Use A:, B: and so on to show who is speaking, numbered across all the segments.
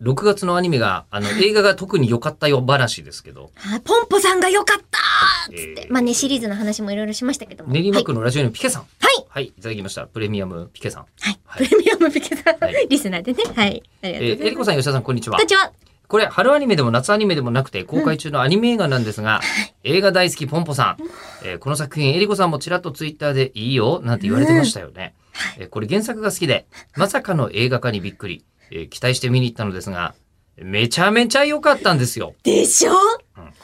A: 6月のアニメが、あ の、映画が特に良かったよ話ですけど、
B: あポンポさんが良かったーっつって、
A: えー
B: まあね、シリーズの話もいろいろしましたけども。
A: 練馬区のラジオのピケさん。
B: はい。はい
A: はい、いただきました。プレミアムピケさん。
B: はい。
A: はい
B: プレミアムピケさん、
A: はい
B: リスナーでね。はい。ありが
A: え
B: とうご
A: ー、
B: ざ
A: えりこさん、
B: います。
A: 吉田さん、こんにちは
B: こん。にちは。
A: これ、春アニメでも夏アニメでもなくて、公開中のアニメ映画なんですが、映画大好きポンポさん。えーこの作品、えりこさんもちらっとツイッターでいいよ、なんて言われてましたよね。えーこれ原作が好きで、まさかの映画化にびっくり、えー期待して見に行ったのですが、めちゃめちゃ良かったんですよ。
B: でしょ
A: うんこ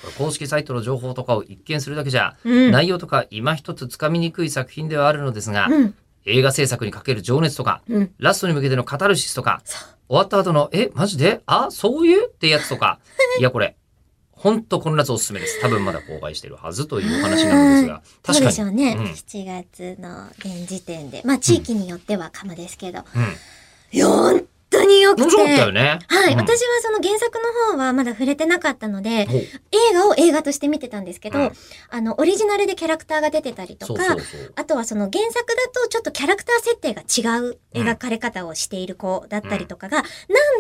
A: れ公式サイトの情報とかを一見するだけじゃ、
B: うん
A: 内容とか今一つつかみにくい作品ではあるのですが、
B: うん。
A: 映画制作にかける情熱とか、
B: うん。
A: ラストに向けてのカタルシスとか、
B: そう。
A: 終わった後の、え、マジであ、そういうってやつと か、いや、これ、ほんとこの夏おすすめです。多分まだ公開してるはずというお話なのですが、
B: そ
A: 確か
B: うで
A: に。
B: しょうね。
A: うん
B: 7月の現時点で。まあ、地域によってはかもですけど。
A: うん。
B: いや本当に良くて。
A: 面白かったよね。
B: はい、
A: うん
B: 私はその原作の方はまだ触れてなかったので、
A: ほう
B: 映画を映画として見てたんですけど、
A: うん
B: あの、オリジナルでキャラクターが出てたりと
A: そう
B: か、
A: そうそう。
B: あとはその原作だとちょっとキャラクター設定が違う描かれ方をしている子だったりとかが、なん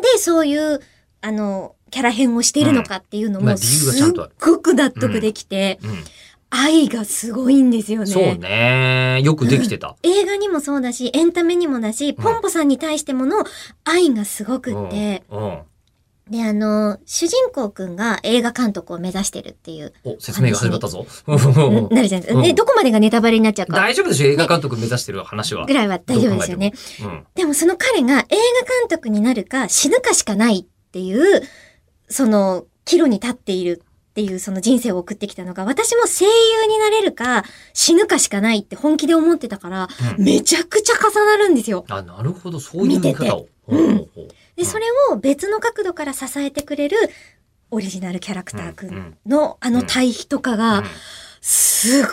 B: でそういう、あの、キャラ編をしているのかっていうの
A: うんまあ
B: も、
A: 理由が
B: す
A: ちゃんとあ
B: っ
A: る
B: ごく納得できて、
A: う
B: 愛がすごいんですよ
A: ん。そう
B: ね。
A: ね。よくできてた。
B: 映画にもそうだし、エンタメにもだし、ポンポさんに対してもの愛がすごく
A: うん。う
B: って、
A: ん。
B: で、あの、主人公くんが映画監督を目指してるっていう、
A: お、説明が始まったぞ。
B: んなるじゃないですか。
A: う
B: で、
A: ん
B: どこまでがネタバレになっちゃう か
A: 大丈夫でしょ映画監督目指してる話は
B: ぐ。らいは大丈夫ですよね。
A: うん。
B: でもその彼が映画監督になるか死ぬかしかないっていう、その、岐路に立っているっていうその人生を送ってきたのが、私も声優になれるか死ぬかしかないって本気で思ってたから、
A: うん
B: めちゃくちゃ重なるんですよ。
A: あ、なるほど。そういう見方を。ほうほうほう
B: で、それを別の角度から支えてくれるオリジナルキャラクターくんのあの対比とかが、すっ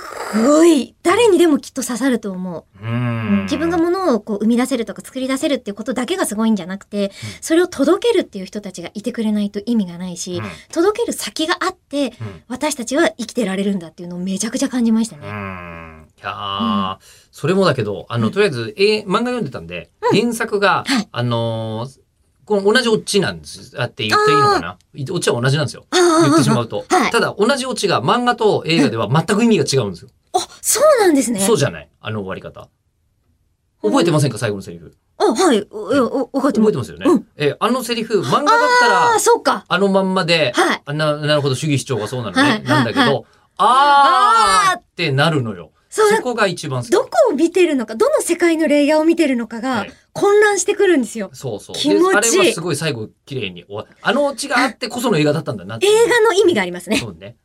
B: ごい、誰にでもきっと刺さると思う。
A: うん。うん
B: 自分が物をこう生み出せるとか作り出せるっていうことだけがすごいんじゃなくて、それを届けるっていう人たちがいてくれないと意味がないし、届ける先があって、
A: うんうん
B: 私たちは生きてられるんだっていうのをめちゃくちゃ感じました
A: う
B: ね。
A: んいやーそれもだけど、あの、とりあえず、えー漫画読んでたんで、原作が、
B: はい
A: あのーこの同じオチなんです。あって言っていいのかないオチは同じなんですよ。
B: ああ
A: 言ってしまうと。
B: はい
A: ただ、同じオチが漫画と映画では全く意味が違うんですよ。
B: あ、そうなんですね。
A: そうじゃないあの終わり方。覚えてませんか最後のセリフ。
B: あ、はい。お、お、お、分かって
A: 覚えて
B: ま
A: ますよね
B: うん。
A: えーあのセリフ、漫画だった
B: あ
A: ら
B: あ、、そうか。
A: あのまんまで、
B: はい。
A: あななるほど、主義主張がそうなの
B: はい
A: ね。なんだけ
B: はい
A: ど、あ
B: あ
A: ーってなるのよ。
B: そう
A: そこが一番好き。
B: どこを見てるのか、どの世界のレイヤーを見てるのかが
A: はい
B: 混乱してくるんですよ。
A: そうそう。
B: 気持
A: で
B: ちいい
A: あれはすごい最後綺麗に終わあのオチがあってこその映画だったんだなって。
B: 映画の意味がありますね。
A: そうね。